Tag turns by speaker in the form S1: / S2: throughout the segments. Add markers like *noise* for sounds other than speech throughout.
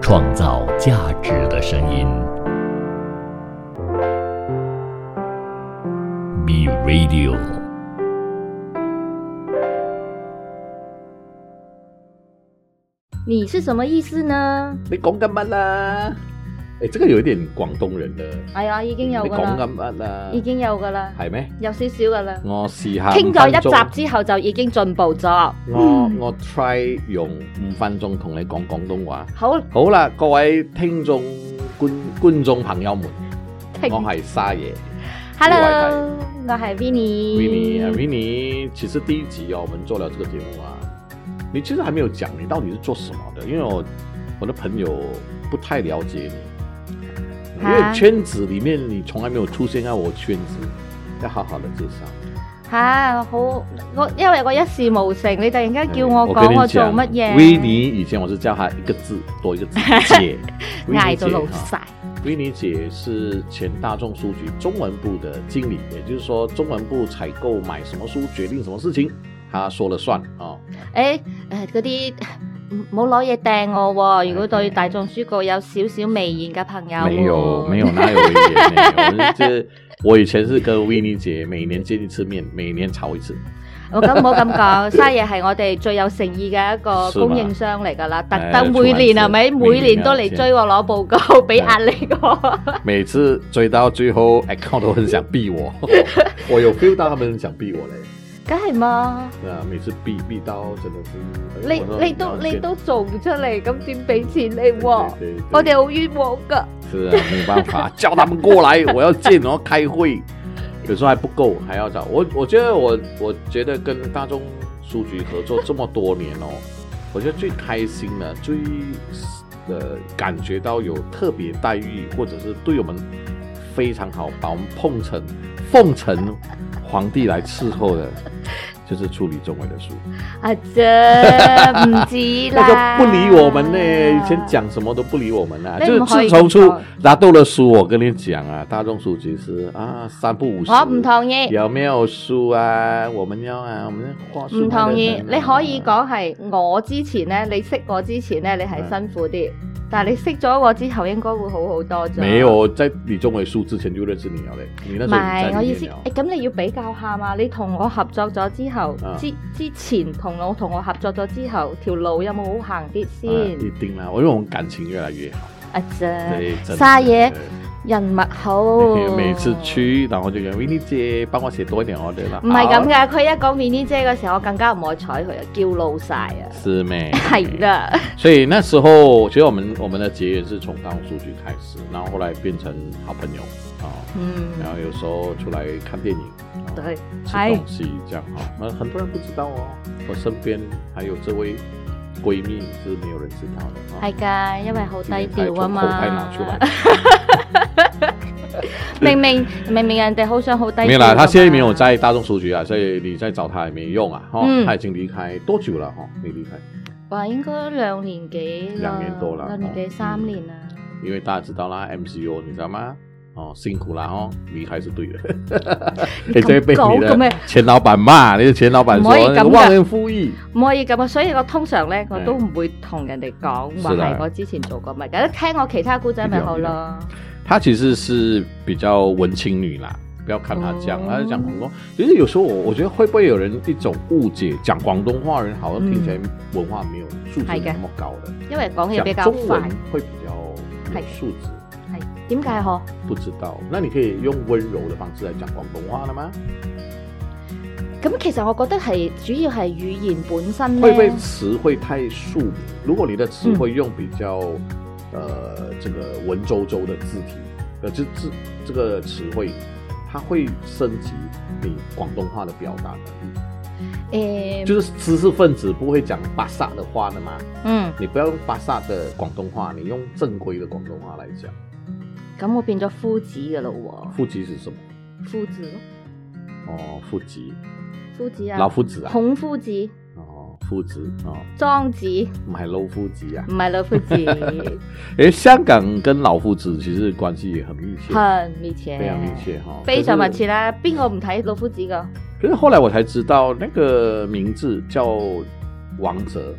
S1: 创造价值的声音。B Radio。
S2: 你是什么意思呢？
S3: 你講緊乜啊？誒、這個有一點廣東人啦。
S2: 哎呀，已經有
S3: 你
S2: 噶
S3: 講
S2: 啦，
S3: 緊乜啊？
S2: 已經有噶啦，
S3: 係咩？
S2: 有少少噶啦。
S3: 我試下
S2: 傾
S3: 五分
S2: 咗
S3: 鐘
S2: 一集之嗯後就已經進步咗。
S3: 我我 try 用五分鐘同你講廣東話。
S2: 好，
S3: 好啦，各位聽眾觀觀眾朋友們，
S2: 停
S3: 我係沙爺
S2: Hello，我係 Vinny。
S3: Vinny 啊 Vinny。其實第一集哦，我們做了這個節目啊，你其實還沒有講你到底是做什麼的，因為我我的朋友不太了解你，因
S2: 啊
S3: 為圈子裡面你從來沒有出現在我圈子，要好好的介紹。
S2: 吓、好，我因為我一事無成，你突然間叫我
S3: 跟你
S2: 講我做
S3: 講
S2: 乜嘢？
S3: 威尼以哎前我是叫他一個字多一個字
S2: *laughs*
S3: 姐，威尼
S2: 嗌
S3: 姐
S2: 到老
S3: 哈
S2: 晒。
S3: 威尼姐是前大众书局中文部的经理，也就是说中文部采购买什么书决定什么事情，她说了算啊。
S2: 诶诶，嗰啲唔唔好攞嘢掟我喎！如果對大眾書局有少少微言嘅朋友，
S3: 没有没有，哪有威尼、我这我以前是跟威尼姐每年见一次面，每年吵一次。
S2: 我
S3: *laughs*
S2: 咁唔好咁講，沙爺係我哋最有誠意嘅一個
S3: 是嘛
S2: 供應商嚟㗎啦，特
S3: 哎
S2: 登每年係咪
S3: 出
S2: 每
S3: 埋
S2: 年
S3: 錢
S2: 都嚟追我攞報告，俾壓力我。
S3: 每次追到最后，account 都很想逼我， *laughs* 我有 feel 到他们很想逼我嘞。
S2: 梗係嘛，
S3: 啊，每次逼逼到真的是，哎
S2: 你
S3: 我说
S2: 你都
S3: 了解
S2: 你都做唔出嚟，咁點俾錢你喎？
S3: 对对对
S2: 我哋好冤枉㗎。
S3: *laughs* 是啊，没有办法，叫他们过来，我要见，然后开会，有时候还不够，还要找我。我觉得我我觉得跟大众书局合作这么多年哦，我觉得最开心的，最呃感觉到有特别待遇，或者是对我们非常好，把我们奉承奉承皇帝来伺候的，就是处理中文的书。
S2: 阿姐唔止
S3: 那个
S2: 啦，
S3: 不理我们呢，以前讲什么都不理我们啊。
S2: 那
S3: 就
S2: 你们
S3: 是
S2: 可以
S3: 自从出
S2: 搞
S3: 拿到了书，我跟你讲啊，大众书局是啊，三不五时。
S2: 我唔同意。
S3: 有没有书啊？我们要啊，我们花书
S2: 唔
S3: 买
S2: 同
S3: 的
S2: 意，
S3: 人啊
S2: 你可以講係我之前咧，你識我之前咧，你係辛苦啲，但係你識咗我之後，應該會好好多咗。
S3: 没有，在李宗偉書之前就认识你了嘞。你那
S2: 唔
S3: 时候已經
S2: 係，
S3: 在
S2: 我
S3: 里
S2: 意
S3: 面
S2: 思，哎
S3: 了啊
S2: 誒咁你要比較下嘛？你同我合作咗之後，
S3: 啊
S2: 之之前同我同我合作咗之後，條路有冇好行啲
S3: 啊
S2: 先？
S3: 一定啦，我因为我们感情越来越好。
S2: 阿姐，
S3: 对，真的
S2: 沙爷哦
S3: 对
S2: 人脈好，
S3: 每次去，然後就跟 Winnie 姐幫我寫多一點 order 啦。
S2: 唔係咁
S3: 嘅，
S2: 嘅，佢一講 mini 姐嘅時候，我更加唔可以睬佢啊，叫怒晒啊，
S3: 是
S2: *laughs*
S3: 咩？
S2: 係啦，
S3: 所以那时候，其实我们我们的结缘是从大众数据开始，然后后来变成好朋友啊、
S2: 嗯，
S3: 然后有时候出来看电影，啊
S2: 對，
S3: 吃
S2: 係
S3: 东西这样啊。那很多人不知道哦，我身边还有这位闺蜜是没有人知道的啊。
S2: 係㗎，因為好低
S3: 今天才
S2: 調啊
S3: 从口袋拿出
S2: *laughs* 嘛。
S3: 来，
S2: 明明明明人哋好想好低調㗎嘛，
S3: 没有啦，她现在没有在大众数据啊，所以你再找她也没用啊，哈、
S2: 嗯
S3: 她已经离开多久了哈、没离开，
S2: 哇，應該兩年幾啦，
S3: 兩年多啦
S2: 兩年幾
S3: 哦
S2: 三年啦。
S3: 因为大家知道啦，MCO 你知道吗？哦，辛苦啦哦，离开是
S2: *laughs*
S3: 对的。你就会哎被你
S2: 咁
S3: 的
S2: 嘅
S3: 前老板骂，你的前老板
S2: 唔
S3: 说
S2: 可以咁
S3: 那
S2: 㗎
S3: 个忘恩負義。
S2: 唔可以咁啊，所以我通常咧我
S3: 嗯
S2: 都唔會同人哋講話
S3: 是啦
S2: 係我之前做過乜嘅，聽我其他古仔咪好咯。
S3: 她其实是比较文青女啦，不要看她讲，
S2: 哦
S3: 她讲很多。其实有时候我我觉得会不会有人一种误解，讲广东话人好像听起来文化没有素质
S2: 係嘅
S3: 那么高的，
S2: 因為講嘢比
S3: 讲
S2: 較
S3: 中文
S2: 快，
S3: 会比较有素质。
S2: 係點解嗬？
S3: 不知道，那你可以用温柔的方式来讲广东话了吗？
S2: 咁其實我覺得係主要係語言本身
S3: 会不会
S2: 咧，
S3: 词汇太庶民？如果你的词汇用比较、呃这个文绉绉的字体，呃这字这个词汇，它会升级你广东话的表达能力。
S2: 誒，
S3: 就是知识分子不会讲巴萨的话的嘛，
S2: 嗯，
S3: 你不要用巴萨的广东话，你用正规的广东话来讲。
S2: 咁我變咗夫子嘅咯
S3: 夫子是什么？
S2: 喎，夫子咯，
S3: 哦，夫子，
S2: 夫子
S3: 老
S2: 啊，
S3: 夫子啊，
S2: 孔夫子、
S3: 哦，夫子哦，
S2: 莊子，
S3: *laughs* 唔系老夫子啊
S2: 唔。係老夫子。
S3: 诶，香港跟老夫子其实关系也很密切。
S2: 很密切，
S3: 非常密，切哈，
S2: 哎非常密切
S3: 可是。
S2: 啦。邊個唔睇老夫子噶？
S3: 可是后来我才知道，那个名字叫王哲，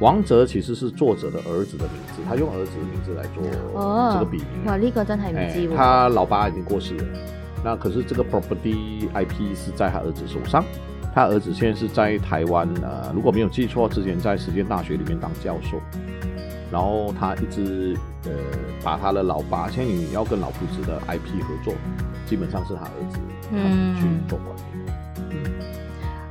S3: 王哲其实是作者的儿子的名字，他用儿子的名字来做
S2: 哦
S3: 这个笔名。
S2: 哇，呢、個真係唔
S3: 哎
S2: 知喎。
S3: 他老爸已经过世了，那可是这个 property IP 是在他儿子手上，他儿子现在是在台湾呃，如果没有记错，之前在实践大学里面当教授，然后他一直呃把他的老爸，现在你要跟老夫子的 IP 合作，基本上是他儿子他们去做管理。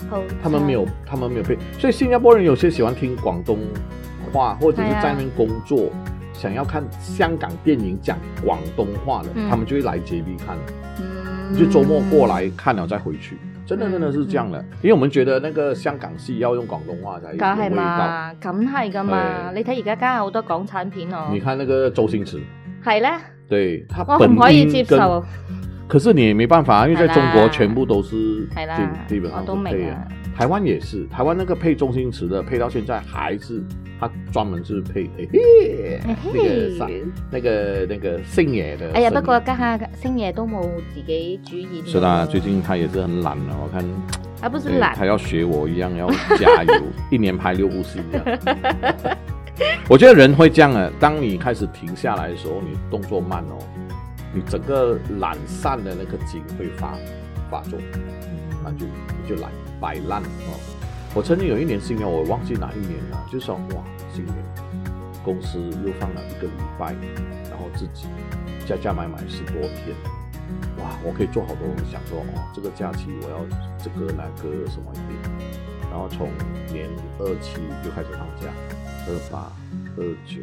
S2: 好
S3: 他们没有，
S2: 啊
S3: 他们没有被，所以新加坡人有些喜欢听广东
S2: 嗯
S3: 话，或者是
S2: 啊
S3: 在那边工作，想要看香港电影讲广东话的，
S2: 嗯
S3: 他们就会来 JB 看，
S2: 嗯
S3: 就周末过来看了再回去。真的
S2: 嗯
S3: 真的是这样的，因为我们觉得那个香港戏要用广东话才有
S2: 梗係
S3: 味道。
S2: 嘛，梗係噶嘛。
S3: 係
S2: 你睇而家加好多港產片哦
S3: 你，看那个周星驰，
S2: 係咧，
S3: 对他
S2: 我唔
S3: 本
S2: 可以
S3: 音
S2: 接
S3: 跟
S2: 受，
S3: 可是你也没办法，因为在
S2: 系啦
S3: 中国全部都是
S2: 係啦
S3: 基基本，
S2: 我
S3: 上
S2: 都
S3: 都配
S2: 明
S3: 啊
S2: 啊。。
S3: 台湾也是，台湾那个配周星驰的，配到现在还是他专门是配、嘿
S2: 嘿
S3: 嘿
S2: 嘿
S3: 那个啥那个那个星爷的声音。
S2: 哎呀，不過家下星爺都冇自己主演。
S3: 是啦，最近他也是很懒了，我看
S2: 啊，不是
S3: 对
S2: 懒，
S3: 他要学我一样要加
S2: *laughs*
S3: 油，一年拍六部戏这样。我觉得人会这样的，当你开始停下来的时候，你动作慢哦，你整个懒散的那个筋会发发作，那就你就懒摆烂哦。我曾经有一年新年，我忘记哪一年了，就说哇，新年公司又放了一个礼拜，然后自己加加买买十多天，哇，我可以做好多东西，想说哦，这个假期我要这个那个什么一点，然后从年二七就开始放假，二八、二九、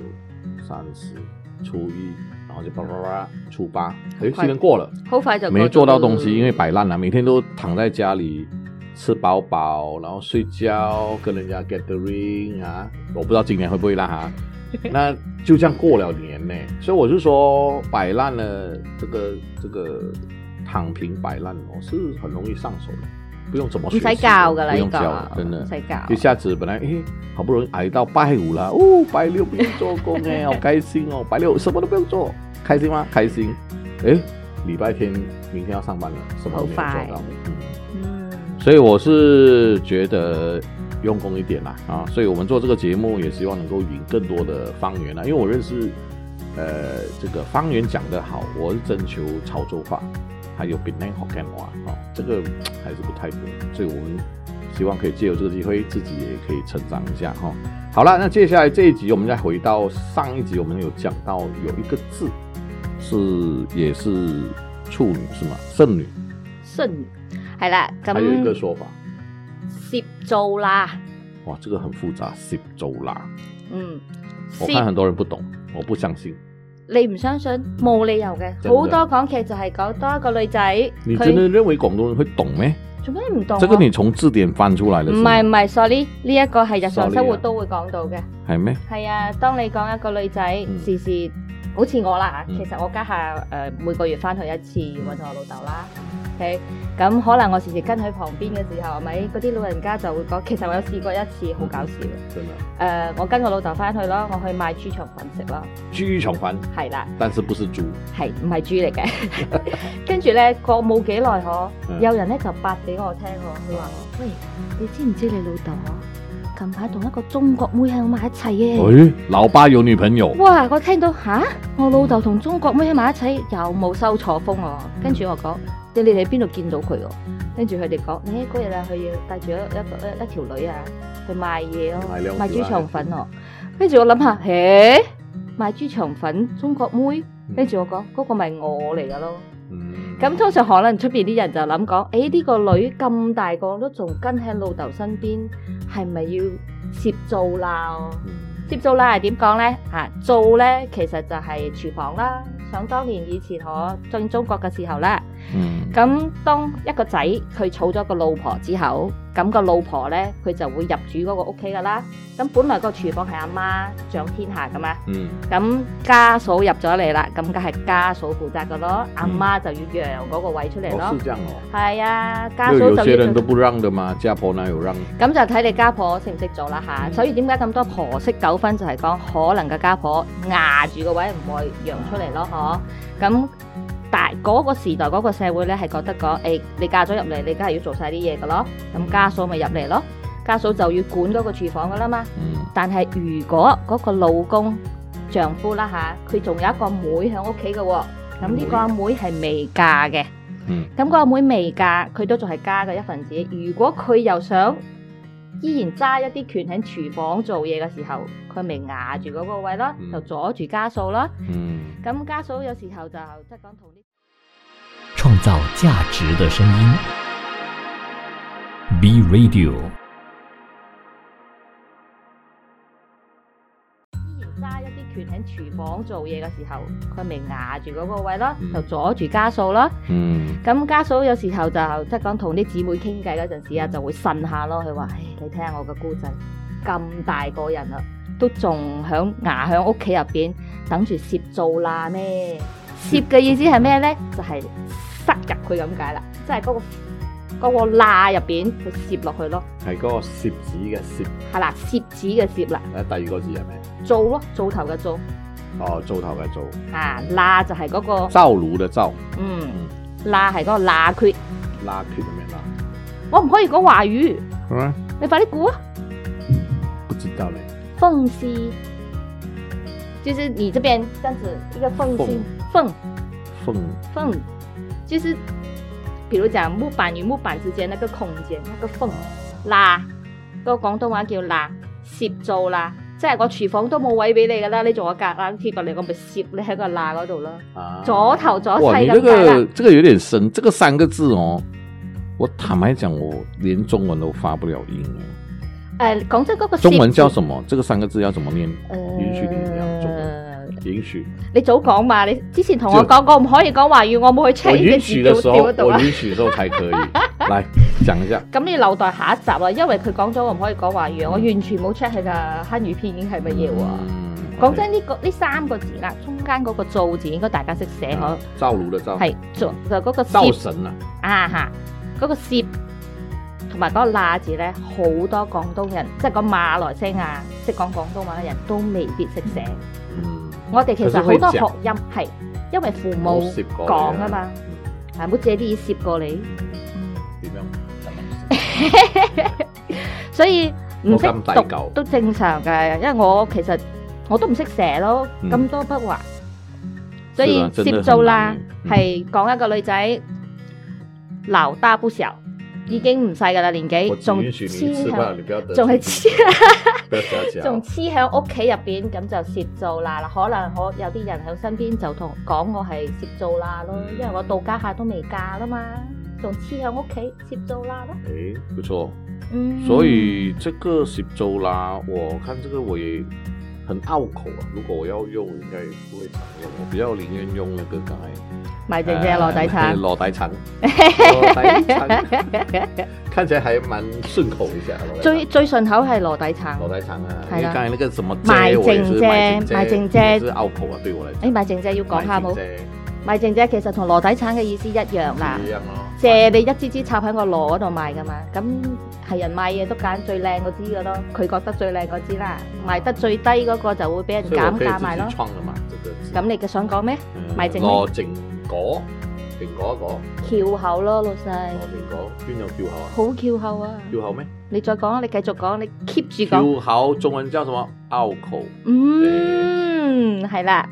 S3: 三十、初一，然后就叭叭叭，初八，哎，新年过了，
S2: 好快就
S3: 没做到东西，因
S2: 為
S3: 为摆烂了，每天都躺在家里。吃饱饱，然后睡觉，跟人家 gathering 啊，我不知道今年会不会
S2: *laughs*
S3: 啦哈。那就这样过了年呢，所以我就说摆烂了，这个这个躺平摆烂哦，是很容易上手的，不用怎么
S2: 唔
S3: 学
S2: 使
S3: 习
S2: 教噶啦，
S3: 不
S2: 呢啊
S3: 用教，
S2: 個
S3: 真
S2: 唔
S3: 的。
S2: 使教
S3: 一。下子本来诶，好不容易挨到拜五了，哦，拜六不用做工哎，好开心哦，拜六什么都不用做，开心吗？开心。诶，礼拜天明天要上班了，什么都没有
S2: 好快
S3: 做到。嗯
S2: 嗯，
S3: 所以我是觉得用功一点啦啊，所以我们做这个节目也希望能够引更多的方言啦，因为我认识，呃，这个方言讲得好，我是征求潮州话，还有闽南福建话啊，这个还是不太多，所以我们希望可以借由这个机会，自己也可以成长一下哈、好了，那接下来这一集我们再回到上一集，我们有讲到有一个字是也是处女是吗？剩女，
S2: 信係啦，咁
S3: 还有一个说法。
S2: 攝做啦，
S3: 哇，这个很复杂，涉州啦，
S2: 嗯，
S3: 我看
S2: 攝
S3: 很多人不懂，我不相信。
S2: 你唔相信冇理由嘅，
S3: 真嘅
S2: 好多港劇就係講多一個女仔，
S3: 你真的
S2: 佢
S3: 认为广东人会懂咩？
S2: 做咩唔懂啊？
S3: 这个你从字典翻出来的
S2: 唔
S3: 是
S2: 係
S3: 吗？
S2: 唔係，sorry，呢一個係日常
S3: Sorry 啊
S2: 生活都會講到嘅。
S3: 系咩？
S2: 係啊，當你講一個女仔
S3: 嗯
S2: 時時好似我啦，
S3: 嗯
S2: 其實我家下誒、呃每個月翻去一次揾我老豆啦。OK，咁可能我時時跟佢旁邊嘅時候，係咪嗰啲老人家就會講，其實我有試過一次，好搞笑嘅。誒、
S3: 真的
S2: 我跟我老豆翻去咯，我去買豬腸粉食咯，
S3: 猪腸粉，
S2: 係啦，
S3: 但是不是猪？
S2: 係唔係豬嚟嘅？ *laughs* 跟住咧過冇幾耐呵，
S3: 嗯
S2: 有人咧就發俾我聽喎，佢話：喂，你知唔知你老豆啊？近排同一個中國妹喺埋一齊嘅。
S3: 哎，老爸有女朋友，
S2: 哇！我聽到吓，我老豆同中國妹喺埋一齊，又冇收錯風喎。跟住我講，你哋喺邊度見到佢喎？跟住佢哋講，你嗰日啊，佢要帶住一一個一一條女啊去賣嘢咯
S3: 賣靚，
S2: 賣豬
S3: 條
S2: 腸粉喎。跟住我諗下，嘿，賣豬腸粉中國妹，跟住我講嗰、個咪我嚟噶咯。
S3: 嗯
S2: 咁通常可能出邊啲人就諗講，誒、呢、個女咁大個都仲跟喺老豆身邊，係咪要攝灶鬧？
S3: 嗯
S2: 接灶啦係點講呢？嚇、灶呢其實就係廚房啦。想當年以前我進中國嘅時候啦，
S3: 嗯
S2: 咁當一個仔佢娶咗個老婆之後，咁、個老婆呢，佢就會入主嗰個屋企噶啦。咁本來個廚房係阿媽掌天下噶嘛，
S3: 嗯
S2: 咁家嫂入咗嚟啦，咁梗係家嫂負責噶咯，阿媽就要讓嗰個位出嚟
S3: 哦
S2: 咯
S3: 是。这样哦，
S2: 係啊，家嫂
S3: 就
S2: 就
S3: 有
S2: 要
S3: 些人
S2: 做
S3: 都不让的嘛，家婆哪有让？
S2: 咁就睇你家婆識唔識做啦吓，
S3: 嗯
S2: 所以點解咁多婆媳糾紛就係講可能個家婆壓住個位唔會讓出嚟咯，嗬。咁但嗰個時代嗰個社會咧係覺得講，誒、你嫁咗入嚟，你梗係要做晒啲嘢噶咯，咁家嫂咪入嚟咯。家嫂就要管嗰個廚房噶啦嘛。
S3: 嗯
S2: 但係如果嗰個老公丈夫啦吓，佢仲有一個妹喺屋企嘅喎，咁呢個阿妹係未嫁嘅，
S3: 嗯
S2: 咁個阿妹未嫁，佢都仲係家嘅一份子。如果佢又想依然揸一啲權喺廚房做嘢嘅時候，佢咪壓住嗰個位咯，
S3: 嗯
S2: 就阻住家嫂咯。
S3: 嗯，
S2: 咁家嫂有時候就即係講同呢。
S1: 创造价值的声音。B Radio
S2: 依然揸一啲權喺廚房做嘢嘅時候，佢咪壓住嗰個位咯，
S3: 嗯
S2: 就阻住家嫂咯。
S3: 嗯
S2: 咁家嫂有時候就即係講同啲姊妹傾偈嗰陣時啊，就會呻下咯。佢話：，唉，你睇下我個姑仔咁大個人啦，都仲響牙響屋企入邊等住攝做啦咩？攝嘅意思係咩咧？就係、塞入佢咁解啦，即係嗰個嗰、個罅入邊去攝落去咯。
S3: 係嗰個攝子嘅攝，
S2: 係啦，攝紙嘅攝啦，
S3: 誒第二個字係咩？
S2: 做咯，做頭嘅做。
S3: 哦，灶頭嘅灶，
S2: 啊，罅就係嗰、個
S3: 灶爐嘅灶，
S2: 嗯，罅係嗰個罅缺。
S3: 拉缺咁樣啦，
S2: 我唔可以講華語，
S3: 係咪？
S2: 你快啲估啊！
S3: 不知道咧，
S2: 縫隙，就是你這邊這樣子一個縫隙，縫
S3: 縫
S2: 縫，就是，比如講木板與木板之間那個空間，那個縫罅，個廣東話叫罅，攝做罅，即係個廚房都冇位俾你噶啦，你仲有隔硬貼入嚟，我咪攝你喺個罅嗰度啦，
S3: 啊
S2: 左頭左
S3: 哇，
S2: 勢
S3: 你這
S2: 咁解啦
S3: 個。這個有點深，這個三個字哦，我坦白講，我連中文都發不了音哦。
S2: 誒，講真嗰個
S3: 中文
S2: 叫
S3: 叫什麼？這個三個字要怎麼念？允許你這樣中文，
S2: 誒。
S3: 允許。
S2: 呃你早講嘛！你之前同我講過唔可以講華語，我冇去
S3: 我
S2: check 呢
S3: 允
S2: 個
S3: 許
S2: 字
S3: 的時
S2: 表
S3: 候，
S2: 表嗰度
S3: 我
S2: 啦。
S3: 允許的時候才可
S2: *laughs*
S3: 以。來講一下，
S2: 咁你留待下一集啦，因為佢講咗我唔可以講華語，我完全冇 check 佢嘅漢語片已經係乜嘢喎。
S3: 嗯
S2: 講
S3: OK
S2: 啊真，呢個呢三個字啦，中間嗰個造字應該大家識寫可
S3: 啊造爐的造，
S2: 係做就嗰個
S3: 造
S2: 攝
S3: 神啊，
S2: 啊嚇，嗰個攝同埋嗰個罅字咧，好多廣東人即係講馬來西亞識講廣東話嘅人都未必識寫。
S3: 嗯，
S2: 我哋其實
S3: 佢都
S2: 好
S3: 可以
S2: 多
S3: 嚼
S2: 學音係因為父母
S3: 冇攝過
S2: 講
S3: 你啊
S2: 啊嘛，係冇借啲嘢攝過你。
S3: 點樣？
S2: 哎所以唔識
S3: 冇咁大嚿
S2: 讀都正常嘅，因為我其實我都唔識寫咯，
S3: 嗯
S2: 咁多筆畫，所以
S3: 是啊真
S2: 攝
S3: 的
S2: 做啦
S3: 很，難嗯
S2: 係講一個女仔老大不小，已經唔細噶啦年
S3: 嗯
S2: 紀，
S3: 我只
S2: 仲
S3: 允許你一次
S2: 黐
S3: 吧，
S2: 響
S3: 你不要
S2: *laughs*
S3: 得
S2: 仲係
S3: 罪
S2: 黐
S3: 不要假
S2: *laughs*
S3: 假
S2: 仲黐喺屋企入邊，咁就攝做啦。嗱，可能我有啲人喺身邊就同講我係攝做啦咯，
S3: 嗯
S2: 因為我到家下都未嫁啦嘛，仲黐喺屋企攝做啦咯。
S3: 哎，不錯。
S2: 嗯，
S3: 所以這個十周啦，我看這個我也很拗口啊。如果我要用，應該不會常用，我比較寧願用那個剛才
S2: 咪正正落底
S3: 呃
S2: 產。
S3: 裸
S2: *laughs*
S3: 底橙，裸底橙，看起來還蠻順口一下。
S2: *laughs*
S3: 裸
S2: 最
S3: 底
S2: 最順口係羅底橙
S3: 橙，裸底橙啊，
S2: 係啦
S3: 因為剛才那個什麼
S2: 賣
S3: 我也是
S2: 正
S3: 賣
S2: 啫賣正啫
S3: 也是拗口啊，對我來
S2: 誒
S3: 講。
S2: 賣剩姐要講下
S3: 賣
S2: 冇
S3: 正？啫
S2: 賣剩姐其實同羅底橙嘅意思一樣啦。
S3: 一樣咯。
S2: 借你一支支插喺個籮嗰度賣噶嘛，咁係人賣嘢都揀最靚嗰支噶咯，佢覺得最靚嗰支啦，賣得最低嗰個就會俾人
S3: 所以我
S2: 減
S3: 可以自
S2: 價
S3: 己
S2: 賣咯。
S3: 創的嘛，這個字
S2: 咁你嘅想講咩？
S3: 嗯
S2: 賣正
S3: 攞正果，蘋果一果，
S2: 翹口咯，老細，
S3: 攞蘋果邊有叫口啊？
S2: 好翹口啊！
S3: 叫口咩？
S2: 你再講啊，你繼續講，你 keep 住講。
S3: Q 好，中文叫什麼？拗口。
S2: 嗯，係啦，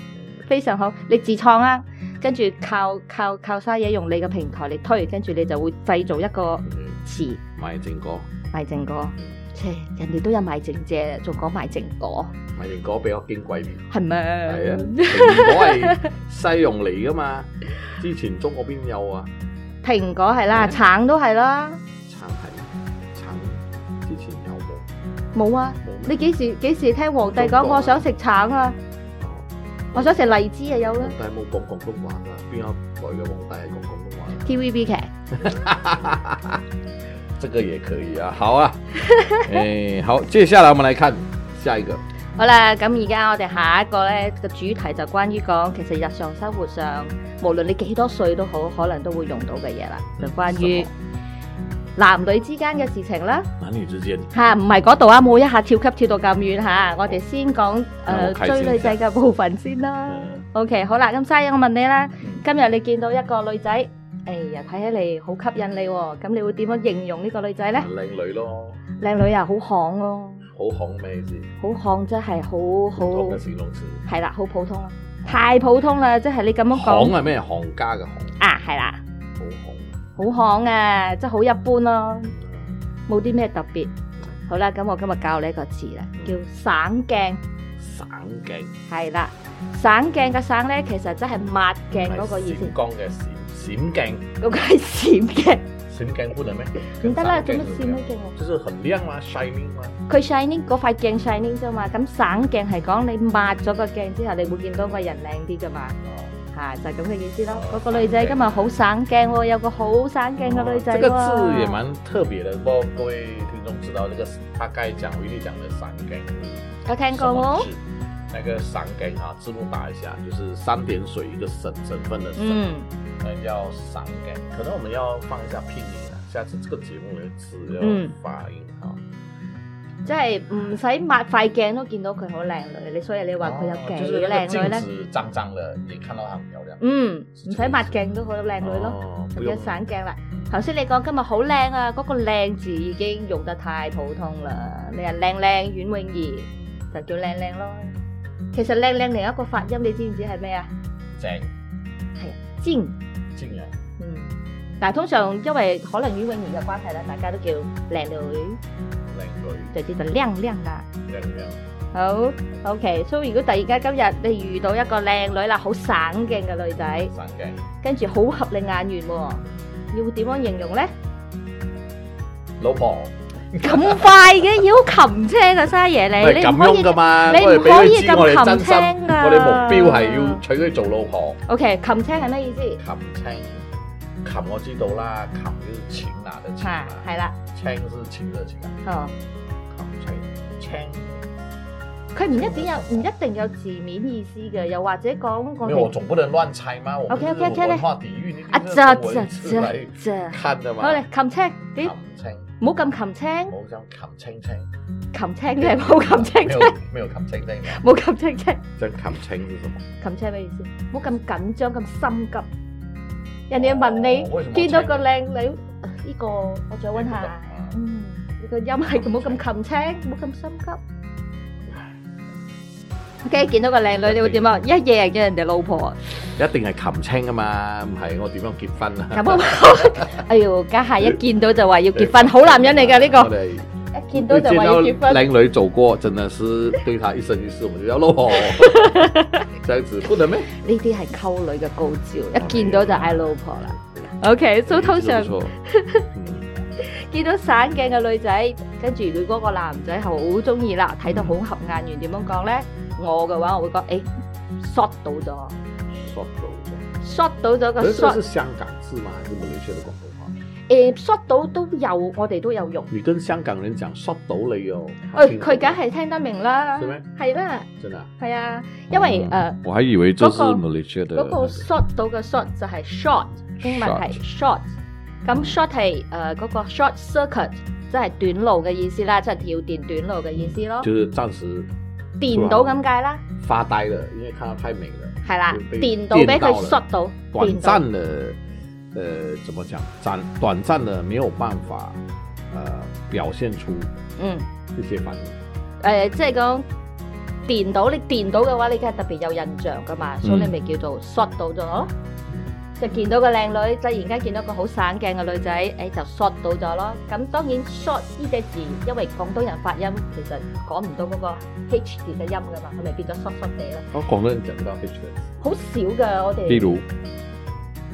S2: 非常好，你自創啊，跟住靠靠靠沙嘢用你嘅平台嚟推，跟住你就會製造一個詞
S3: 賣嗯正果，
S2: 賣正果。切，人哋都有賣正啫，仲講賣正果，
S3: 賣正果比較矜貴啲。 *laughs*
S2: 係
S3: 係啊
S2: 咪？，
S3: 蘋果係西洋嚟噶嘛？之前中國邊有啊？
S2: 蘋果係啦，
S3: 係
S2: 橙都係啦，
S3: 橙係橙，之前有冇？
S2: 冇啊！
S3: 冇
S2: 你
S3: 咩？
S2: 幾時幾時聽皇帝
S3: 中
S2: 講
S3: 國啊
S2: 我想食橙啊？
S3: 哦
S2: 我想食荔枝啊，有啦
S3: 皇帝冇講廣東話啊？邊有一代嘅皇帝係講廣東話啊？
S2: ，TVB 劇
S3: *laughs* 這個也可以啊，好 *laughs* 啊。誒，好，接下來我們來看下一個。
S2: 好啦，咁而家我哋下一個咧個主題就關於講，其實日常生活上，無論你幾多歲都好，可能都會用到嘅嘢啦，就關於
S3: 什
S2: 男女之間嘅事情啦。
S3: 麼男女之間，
S2: 吓，唔係嗰度啊，冇一下跳級跳到咁遠吓，我哋先嗯講
S3: 好
S2: 诶
S3: 開
S2: 追
S3: 始
S2: 女仔嘅部分先啦。OK，好啦，咁沙欣，我問你啦，今日你見到一個女仔，哎呀，睇起嚟好吸引你喎，咁你會點樣形容呢個女仔呢？
S3: 靚女咯，
S2: 靚女啊，好巷咯，
S3: 好紅咩意思？
S2: 好巷真係好
S3: 普通
S2: 好
S3: 嘅，形容詞。
S2: 係啦，好普通啦，太普通啦，即係你咁樣
S3: 行
S2: 講
S3: 係咩？行家嘅行，
S2: 啊，係啦，
S3: 好行。
S2: 好巷啊，即係好一般咯，冇啲咩特別。好啦，咁我今日教你一個詞啦，叫省鏡，
S3: 省鏡
S2: 係啦，省鏡嘅省呢，其實真係抹鏡嗰個意思
S3: 係閃，光嘅閃閃鏡，
S2: 嗰個係閃鏡，
S3: 閃鏡不能咩？
S2: 唔得啦，做
S3: 跟
S2: 乜
S3: 閃
S2: 閃
S3: 鏡
S2: 咩鏡啊？
S3: 就是很亮嘛，shining 嘛。
S2: 佢 shining 嗰塊鏡 shining 啫嘛，咁省鏡係講你抹咗個鏡之後，你會見到個人靚啲噶嘛，嚇、就係咁嘅意思咯。嗰、個女仔今日好省鏡喎，有個好省鏡嘅女仔
S3: 这
S2: 喎。
S3: 个哦字也蠻特別的，不過各位聽眾知道這個大概講維力講的三更，
S2: 有聽過
S3: 什麼
S2: 冇？
S3: 字？那個三更啊，字幕打一下，就是三點水一個省省份的省，
S2: 嗯，
S3: 那叫三更。可能我們要放一下拼音啊，下次這個節目的字
S2: 嗯
S3: 要發音啊。
S2: 即係唔使抹塊鏡都見到佢好靚女，你所以你話佢有
S3: 哦就是
S2: 幾
S3: 那個
S2: 靚女
S3: 鏡
S2: 咧？
S3: 子髒髒的，你看到它很漂亮。
S2: 嗯，唔使抹鏡都好靚女咯，
S3: 哦，
S2: 就
S3: 不
S2: 叫
S3: 用
S2: 省鏡啦。頭先你講今日好靚啊，嗰、個靚字已經用得太普通啦。你話靚靚阮詠儀就叫靚靚咯。其實靚靚另一個發音你知唔知係咩啊？
S3: 正
S2: 尖。
S3: 竟然
S2: 嗯，但係通常因為可能阮詠儀嘅關係啦，大家都叫靚女，
S3: 靚女
S2: 就叫做靚靚啦。
S3: 靚靚。
S2: 好，OK。所以如果突然間今日你遇到一個靚女啦，好省鏡嘅女仔，
S3: 三更
S2: 跟住好合你眼緣喎，你會點樣形
S3: *laughs*
S2: 容呢？
S3: 老婆，
S2: 咁快嘅要擒青嘅沙爺
S3: 喂
S2: 你，你
S3: 咁
S2: 唔可以
S3: 樣噶嘛，
S2: 你唔
S3: 我哋俾佢
S2: 可以
S3: 知
S2: 咁
S3: 我哋真
S2: 擒
S3: 心，
S2: 青啊㗎
S3: 我哋目標係要娶佢做老婆。
S2: OK，擒青係咩意思？
S3: 擒青，擒我知道啦，擒就是擒拿的擒
S2: 嚇
S3: 啊，，
S2: 係啦，
S3: 青是擒的擒
S2: 哦，
S3: 啊，擒青，青。
S2: 佢唔一定有唔一定有字面意思嘅，又或者講我
S3: 沒有，我
S2: 哋
S3: 總不能亂猜嘛，我們
S2: OK，OK，
S3: 是有
S2: OK，
S3: 文化底蘊，你
S2: 啊，
S3: 就是
S2: 咋
S3: 從
S2: 咋
S3: 文字
S2: 咋
S3: 來
S2: 咋，
S3: 看的嘛。
S2: 好嚟擒青，
S3: 擒
S2: 咦，
S3: 青，
S2: 唔好咁擒青，
S3: 我想擒
S2: *laughs*
S3: 青青，
S2: 擒青啫，唔好擒青
S3: 沒
S2: 啫
S3: 有，沒有擒青啊青，
S2: 冇咁青青。
S3: 這擒青是什麼？
S2: 擒青咩意思？唔好咁緊張，咁心急。人哋問
S3: 哦為什
S2: 你
S3: 麼
S2: 見到
S3: 青
S2: 個靚女，啊呢個我再温下。嗯，你個音係唔好咁擒青，唔好咁心急。OK，見到個靚女，你會點啊？一夜叫人哋老婆，
S3: 一定係擒青啊嘛，唔係我點樣結婚啊？ *laughs*
S2: 咁啊！哎呦，家下一見到就話要結婚，好男人嚟㗎呢
S3: 我
S2: 個，
S3: 哋
S2: 一見到就話要結婚。
S3: 靚女走過，真的是對她一生一世，我們就要落
S2: *laughs*
S3: 火。這樣子不能咩？
S2: 呢啲係溝女嘅高招，一見到就嗌老婆啦。OK，所以
S3: 嗯
S2: 通常。
S3: 不錯
S2: *laughs*
S3: 嗯
S2: 見到省鏡嘅女仔，跟住佢嗰個男仔好中意啦，睇到好合眼緣，點樣講呢？我嘅話，我會講，誒、short 到咗
S3: ，short 到。
S2: ，short 到咗個
S3: 可是這
S2: short，
S3: 是香港字嘛，還是馬來西亞的廣東話？
S2: 誒 short 到都有，我哋都有用。
S3: 你跟香港人講 short 到你哦，
S2: 誒、佢梗係聽得明啦
S3: 係咩，
S2: 係啦，
S3: 真的啊，
S2: 係啊，因為誒嗰、
S3: 嗯我還以為這是
S2: 嗰個
S3: 馬來西亞的
S2: 個 short 到嘅 short 就係 short，英文係 short，咁 short 係誒嗰個 short circuit，即係短路嘅意思啦，即係跳電短路嘅意思咯，
S3: 就是暫時
S2: 電到咁解啦，
S3: 發呆了，因為看到太美了，
S2: 係啦
S3: 就，被
S2: 電到俾
S3: 電到
S2: 佢
S3: 了
S2: short 到，
S3: 短
S2: 電到
S3: 暫的，呃，怎麼講？短短暫的沒有辦法，呃，表現出
S2: 嗯，
S3: 一些反應。
S2: 誒、即係講電到你電到嘅話，你梗係特別有印象噶嘛，所以你咪叫做 shot 到咗咯。就見到個靚女，突然間見到個好省鏡嘅女仔，誒、就 shot 到咗咯。咁當然 shot 呢隻字，因為廣東人發音其實講唔到嗰個 H 字嘅音噶嘛，佢咪變咗 shot shot 地咯。
S3: 我廣東人講不到 H 的。
S2: 好少噶，我哋
S3: 例如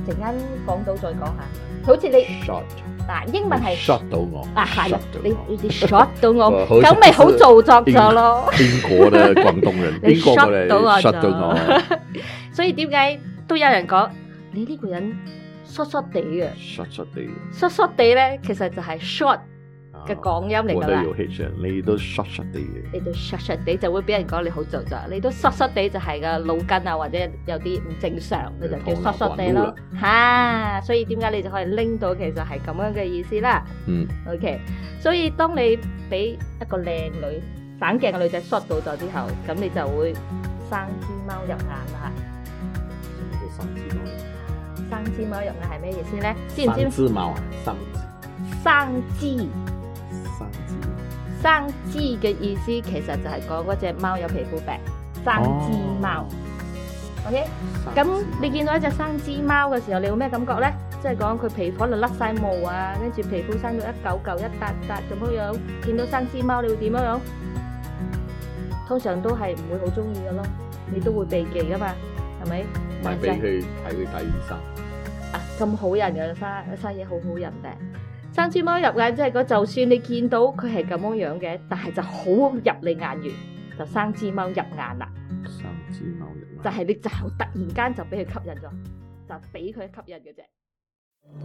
S2: 陣間講到再講下。好似你
S3: shot，
S2: 嗱，英文係
S3: shot 到我
S2: 啊，係
S3: shot 到
S2: 你
S3: 我。
S2: 你 shot 到
S3: *laughs*
S2: 我，
S3: 我好似
S2: 咁咪好
S3: 是
S2: 做作咗咯。
S3: 英國的廣東人，
S2: 你
S3: 英國過嚟
S2: shot 到我
S3: shot 到我嗯
S2: 所以點解都有人講你呢個人疏疏地嘅，
S3: *laughs* shot shot 地
S2: 疏疏地咧其實就係 short
S3: 啊
S2: 嘅港音嚟
S3: 我
S2: 㗎
S3: 都
S2: 啦。
S3: 有 H 人，你都 shot shot 地嘅。
S2: 你都 short short 地就會俾人講你好做作，你都 short short 地就係個腦筋啊或者有啲唔正常，你就叫 short short 地咯。嚇、所以點解你就可以拎到其實係咁樣嘅意思啦。
S3: 嗯
S2: ，OK，所以當你俾一個靚女省鏡嘅女仔 short 到咗之後，咁你就會生隻貓入眼啦。
S3: 什麼叫三隻貓？
S2: 生生煎嗰樣嘢係咩意思咧？知唔
S3: 三
S2: 知
S3: 只猫啊，三
S2: 生煎？
S3: 三只，
S2: 生枝嘅意思其實就係講嗰只貓有皮膚病，生枝貓
S3: 哦。
S2: OK，
S3: 三
S2: 咁
S3: 只
S2: 你見到一隻生枝貓嘅時候，你有咩感覺呢？即係講佢皮可能甩晒毛啊，跟住皮膚生咗一嚿嚿一笪笪咁樣樣。見到生枝貓，你會點樣樣？通常都係唔會好中意嘅咯，你都會避忌噶嘛，係咪？
S3: 咪俾佢睇佢睇醫生。
S2: 啊咁好人嘅生生嘢好好人嘅，生豬貓入眼即係嗰，就算你見到佢係咁樣樣嘅，但係就好入你眼緣，就生豬貓入眼啦，
S3: 三只猫人
S2: 就係、你就突然間就俾佢吸引咗，就俾佢吸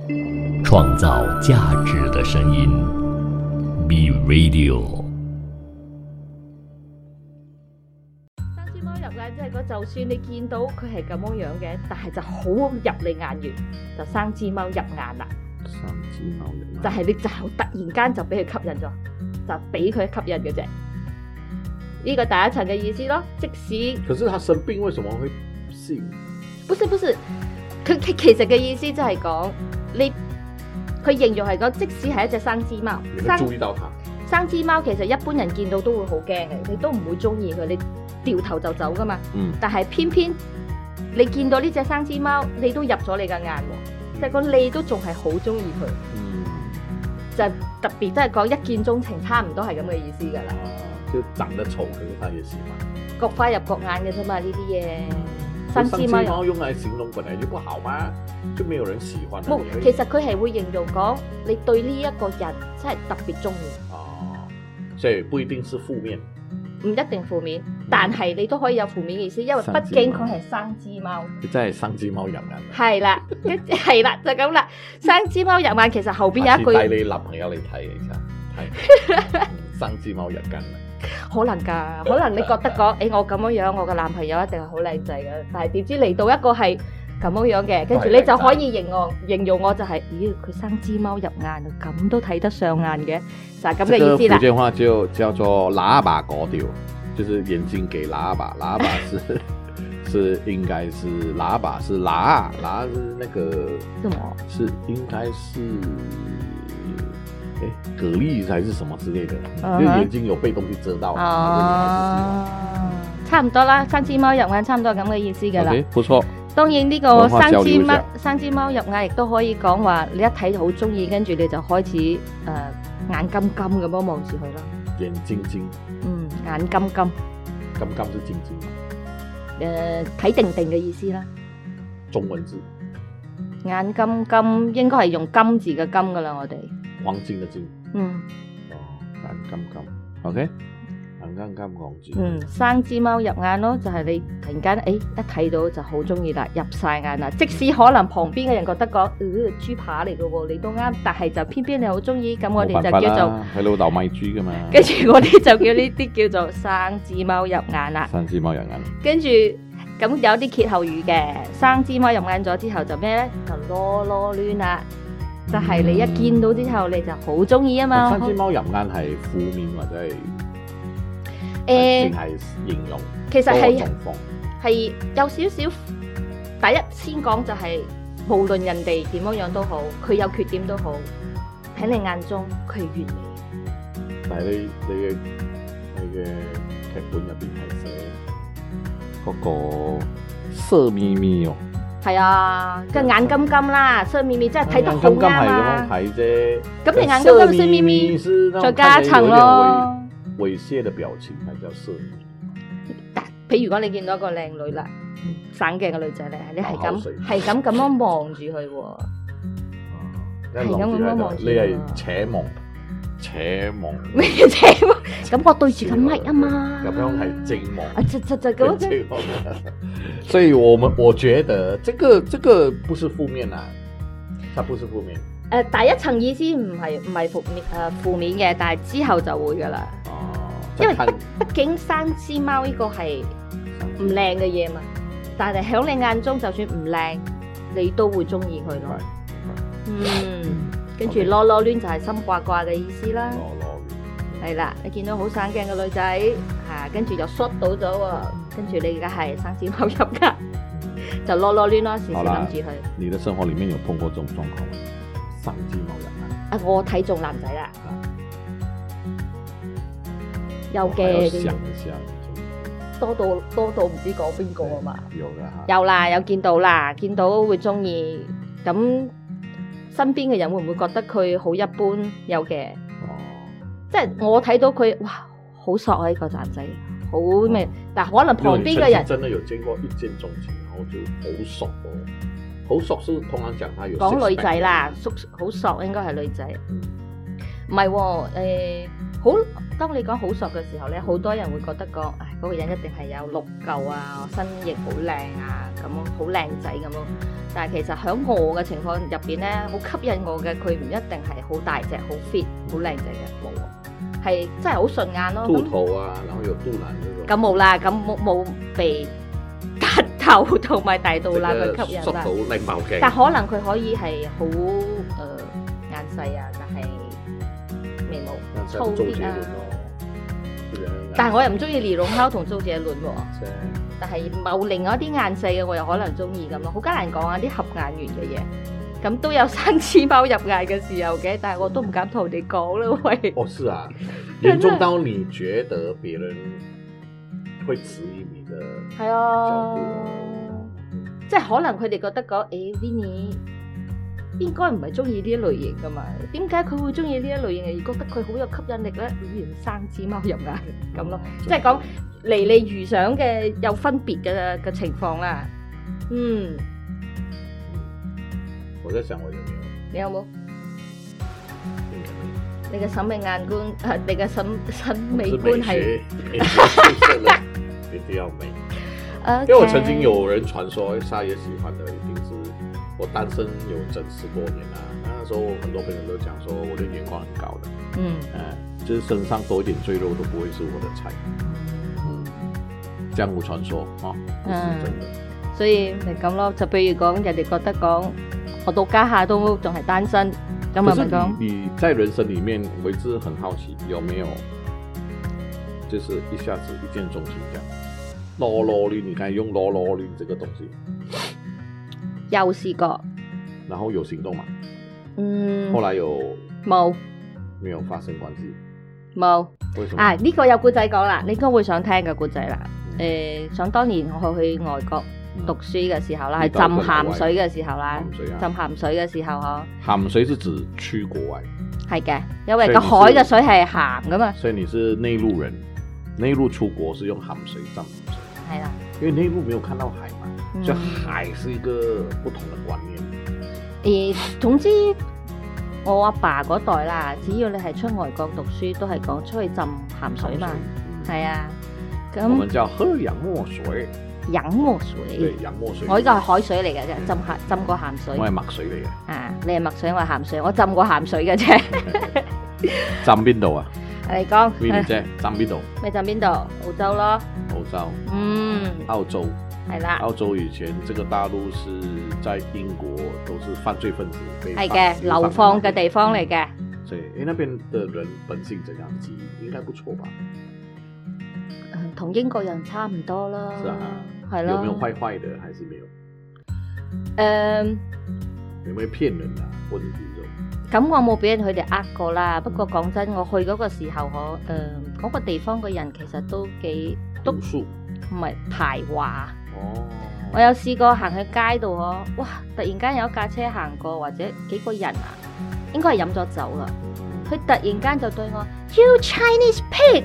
S2: 引嘅啫。
S1: 创造价值的声音。B Radio。
S2: 生豬貓入眼即係嗰，就算你見到佢係咁樣樣嘅，但係就好入你眼緣，就生豬貓入眼啦，
S3: 三只猫人
S2: 就係、你就突然間就俾佢吸引咗，就俾佢吸引嘅啫。呢個第一層嘅意思咯，即使
S3: 可是他生病为什么会信？
S2: 不是不是，佢佢其實嘅意思即係講你，佢形容係講，即使係一隻生枝貓，
S3: 你会
S2: 生
S3: 注意到他？
S2: 生枝貓其實一般人見到都會好驚嘅，你都唔會中意佢，你掉頭就走噶嘛。
S3: 嗯，
S2: 但係偏偏你見到呢只生枝貓，你都入咗你嘅眼喎，即係講你都仲係好中意佢，
S3: 嗯，
S2: 就係特別即係講一見鍾情，差唔多係咁嘅意思㗎啦。
S3: 啊，就长得丑，可是他也喜欢。
S2: 各花入各眼嘅啫嘛，呢啲嘢。
S3: 可是
S2: 生
S3: 三
S2: 枝
S3: 只
S2: 貓又
S3: 猫用来形容本来就不好嘛，就没有人喜啊欢了。
S2: 冇
S3: 因，為
S2: 其實佢係會形容講你對呢一個人真係特別中意，
S3: 哦，所以不一定是负面。
S2: 唔一定負面，但係你都可以有負面意思，因為畢竟佢係生枝貓。
S3: 真係生只貓人啊眼。
S2: 係啦，跟 *laughs* 係啦，就咁啦。生枝貓入眼其實後邊
S3: 下次
S2: 有一句
S3: 啊帶你男朋友嚟睇一下，
S2: *laughs*
S3: 係嗯生只貓人眼。
S2: 可能㗎，可能你覺得講，誒、我咁樣樣，我嘅男朋友一定係好靚仔嘅，但係點知嚟到一個係咁樣樣嘅，跟住你就可以形容形容我就係、咦，佢生枝貓入眼，咁都睇得上眼嘅，就係咁
S3: 這
S2: 嘅
S3: 個
S2: 啊意思
S3: 福
S2: 啦。
S3: 建話就叫做喇叭搞丢，就是眼睛給喇 *laughs* 叭，喇叭是是应该是喇叭是喇喇是那个
S2: 什麼
S3: 是应该是。诶蛤蜊还是什么之类的，
S2: 嗯
S3: 就
S2: 哼
S3: 眼睛有被东西遮到，
S2: 哦，差唔多啦，生枝貓入眼差唔多係咁嘅意思
S3: 反
S2: 㗎啦
S3: 正你還是喜歡。OK，。不錯，
S2: 當然呢
S3: 文
S2: 個
S3: 化交
S2: 生枝
S3: 流一
S2: 貓
S3: 下
S2: 生枝貓入眼亦都可以講話，你一睇就好中意，跟住你就開始誒、呃眼金金咁樣望住佢啦。
S3: 眼睛睛，
S2: 嗯，眼金金誒
S3: 剛剛是睛睛，
S2: 呃睇、定定嘅意思啦。
S3: 中文字
S2: 眼金金應該係用金字嘅金噶啦，我哋
S3: 黃金的金。
S2: 嗯
S3: 哦，眼金金，OK，眼金金黃字，
S2: 嗯生枝貓入眼咯，就係、你突然間誒、哎一睇到就好中意啦，入晒眼啦。即使可能旁邊嘅人覺得講，呃豬扒嚟嘅喎，你都啱，但係就偏偏你好中意，咁我哋
S3: 冇
S2: 就
S3: 辦法
S2: 叫做。
S3: 啦，佢老豆咪豬
S2: *laughs*
S3: 噶嘛，
S2: 跟住我哋就叫呢啲叫做生枝貓入眼啦。
S3: 三隻貓人眼，
S2: 跟住咁有啲歇後語嘅，生枝貓入眼咗之後就咩咧？就囉囉攣啦，就係你一見到之後你就好中意啊嘛。
S3: 哦三隻貓人眼係負面或者係
S2: 誒
S3: 定，係形容
S2: 其實
S3: 多
S2: 係
S3: 種方，
S2: 係有少少，第一先講就係、無論人哋點樣樣都好，佢有缺點都好，喺你眼中佢係完美嘅。
S3: 但係你你嘅你嘅劇本入邊係寫嗰個色咪咪哦，
S2: 係啊，個眼金金啦，色咪咪真啊係睇得好
S3: 眼金
S2: 啱
S3: 金係嗯咁
S2: 啊
S3: 樣！睇啫，
S2: 咁你眼
S3: 色
S2: 金金色咪咪，
S3: 是那
S2: 再
S3: 種
S2: 加
S3: 看起來有
S2: 層
S3: 點
S2: 咯。
S3: 猥猥褻的表情才叫色咪咪。
S2: 譬如講你見到一個靚女啦，省鏡嘅女仔咧，你係咁
S3: 口水
S2: 係咁咁樣望住佢喎，
S3: 一諗住喺度你係扯望，扯望，
S2: 咩啫？ *laughs* 咁我對住個咪啊嘛，
S3: 咁樣係正望。
S2: 啊，就就就咁樣
S3: 正望所以我们我覺得這個這個不是負面啊，它不是負面
S2: 誒，第一層意思唔係唔係負面誒負面嘅，但係之後就會噶啦。
S3: 哦。
S2: 因為
S3: 再看
S2: 畢竟生枝貓呢個係唔靚嘅嘢嘛，但係喺你眼中就算唔靚，你都會中意佢咯。嗯，跟住
S3: OK
S2: 囉囉攣就係心掛掛嘅意思啦。
S3: 羅羅
S2: 係啦，你見到好省鏡嘅女仔，啊，跟住就 short 到咗喎，跟住你而家係生死冇入㗎，就攞攞攣咯，時時
S3: 好啦
S2: 諗住佢。
S3: 你的生活里面有碰过这种状况吗？上鸡毛痒啊，
S2: 啊，我睇中男仔啦，有
S3: 还要
S2: 嘅，
S3: 想一下。
S2: 多到多到唔知講邊個啊嘛。
S3: 有的哈，
S2: 有啦，有見到啦，見到會中意。咁身邊嘅人會唔會覺得佢好一般？有嘅，
S3: 哦，
S2: 即係我睇到佢，哇，好索啊！呢、個男仔，好
S3: Ờ.
S2: 咩？但可能旁邊嘅人
S3: 真的有见过一见钟情，然后就好熟哦，好熟是通常讲他有
S2: 講女
S3: six pack
S2: 仔啦，索好索應該係女仔，唔係喎，誒好。當你講好索嘅時候咧，好多人會覺得講，唉，嗰、個人一定係有六嚿啊，身形好靚啊，咁樣好靚仔咁樣。但係其實喺我嘅情況入邊咧，好吸引我嘅佢唔一定係好大隻、好 fit、好靚仔嘅，冇啊，係真係好順眼咯。
S3: 兔
S2: 咁
S3: 头啊，然后有肚腩这种，
S2: 咁冇啦，咁冇冇被 *laughs* 夾頭同埋大肚腩
S3: 这
S2: 去
S3: 个
S2: 吸引
S3: 縮
S2: 啦
S3: 到。靚貌鏡
S2: 但可能佢可以係好誒眼細啊，但係眉毛
S3: 但係
S2: 粗
S3: 周
S2: 啲
S3: 杰
S2: 啊
S3: 倫。咯，是啊
S2: 但係我又唔中意李龍拋同周杰倫喎，
S3: 即係
S2: 但係某另外一啲眼細嘅我又可能中意咁咯，好艱難講啊啲合眼緣嘅嘢。咁都有生黐貓入眼嘅時候嘅，但係我都唔敢同你講啦，喂。
S3: 哦，是啊，
S2: 真的
S3: 嚴重到你覺得別人會質疑你的
S2: 係
S3: 角
S2: 啊
S3: 度，，
S2: 即係可能佢哋覺得講，誒、Vinny 應該唔係中意呢一類型噶嘛？點解佢會中意呢一類型，而覺得佢好有吸引力咧？語言生隻貓入眼 *laughs* 咁咯，即係講離你預想嘅有分別嘅嘅情況啦。嗯，
S3: 我在想我有沒有
S2: 你有冇？
S3: 嗯
S2: 你嘅審美眼光，啊你嘅審審
S3: 我
S2: 美
S3: 是
S2: 觀
S3: 美
S2: 係
S3: 學，美學出身的 *laughs* 一定要美。
S2: ，OK，
S3: 因為我曾經有人傳說沙爺喜歡的一定是我單身有整十多年啊，那時候很多朋友都講說我的眼光很高的，
S2: 嗯，
S3: 呃，就是身上多一點赘肉都不会是我的菜。嗯，江湖传说啊，不是真的。
S2: 所以咪咁咯。就譬如講，人哋覺得講我到家下都仲係單身，咁咪
S3: 可是
S2: 咪
S3: 你
S2: 講。
S3: 你在人生里面，我一直很好奇，有没有就是一下子一见钟情这样？啰啰哩，你看用啰啰哩这个东西，
S2: 有試過，
S3: 然后有行动嘛？
S2: 嗯，
S3: 后来有
S2: 冇
S3: 没有发生关系？
S2: 冇
S3: 为什么？
S2: 啊！呢、個有故仔講啦，你應該會想聽嘅故仔啦。誒、想當年我去外國
S3: 嗯
S2: 讀書嘅時候啦，
S3: 呢
S2: 係
S3: 個
S2: 浸鹹水嘅時候啦，
S3: 咸水啊，
S2: 浸鹹水嘅時候呵，
S3: 咸水是指去国外，
S2: 係嘅，因為
S3: 所以
S2: 個
S3: 你
S2: 海嘅水係鹹噶嘛，
S3: 所以你是内陆人，内陆出国是用咸水浸咸水，
S2: 係啦。
S3: 因为内陆没有看到海嘛。
S2: 嗯
S3: 就海是一个不同的观念，
S2: 誒、總之我阿爸嗰代啦，只要你係出外國讀書，都係講出去浸鹹水嘛，
S3: 嗯
S2: 係啊。
S3: 我
S2: 咁
S3: 们叫喝洋墨水，
S2: 飲墨
S3: 对
S2: 水，，
S3: 洋墨水。
S2: 我呢個係海水嚟嘅啫，浸鹹浸過鹹水
S3: 我。係墨水嚟嘅，
S2: 啊，你係墨水，我係鹹水，我浸過鹹水嘅
S3: *laughs*
S2: 啫。
S3: 浸邊度啊
S2: 你講
S3: ？Vinny 姐，浸邊度？
S2: *laughs* 咪浸邊度？澳洲咯。
S3: 澳洲、
S2: 嗯，
S3: 澳洲、
S2: 係啦，
S3: 澳洲以前這個大陸是在英國都是犯罪分子被
S2: 係嘅，
S3: 流
S2: 流放嘅地方嚟嘅。
S3: 所以，誒那邊的人本性怎樣？記憶應該不錯吧？
S2: 嗯同英國人差唔多啦。
S3: 是啊，
S2: 係咯。
S3: 有沒有壞壞的？還是沒有？
S2: 誒
S3: 有沒有騙人啊？或者是這種
S2: 咁我冇俾人佢哋呃過啦，不過講真，我去嗰個時候，我誒嗰個地方嘅人其實都幾都
S3: 毒素？
S2: 唔係排華。我
S3: 哦，
S2: 有試過行去街度呵，哇！突然間有一架車行過，或者幾個人啊，應該係飲咗酒啦。佢突然間就對我，You Chinese pig！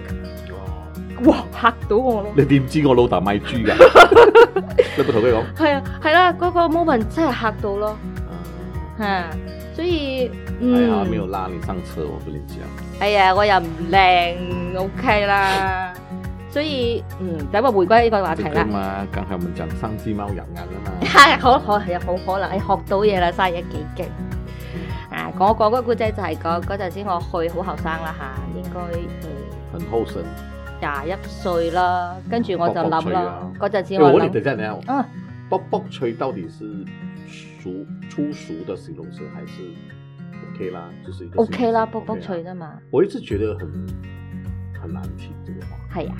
S3: 哦
S2: 哇，嚇到我咯！
S3: 你點知我老豆賣豬㗎？
S2: *laughs*
S3: *laughs* 你不同佢講
S2: 係啊，係啦、嗰、個 moment 真係嚇到咯，
S3: 啊？
S2: 嚇、所以
S3: 哎呀，
S2: 嗯，
S3: 沒有拉你上車，我跟你講。
S2: 哎呀，我又唔靚，OK 啦，所以嗯，咁啊，回歸呢個話題
S3: 就
S2: 啦
S3: 跟。嘛，剛才我們講上雞貓養眼啊嘛。
S2: *laughs* 係好可係啊好可能，你學到嘢啦，嘥嘢幾勁啊！我講嗰個故仔就係講嗰陣時我去好後生啦嚇，應該
S3: 很後生。
S2: 誒廿一歲啦，跟住我就諗啦，嗰陣時
S3: 哎，我
S2: 我
S3: 問你，
S2: 諗
S3: 等一下，等一下，
S2: 啊，
S3: 卜卜吹到底是俗粗俗的形容詞還是 OK 啦？就是一個
S2: OK 啦，
S3: 形
S2: 卜
S3: 容詞
S2: 卜脆。
S3: OK 啦
S2: 啫嘛，
S3: 我一直覺得很很难听这个话，
S2: 係啊，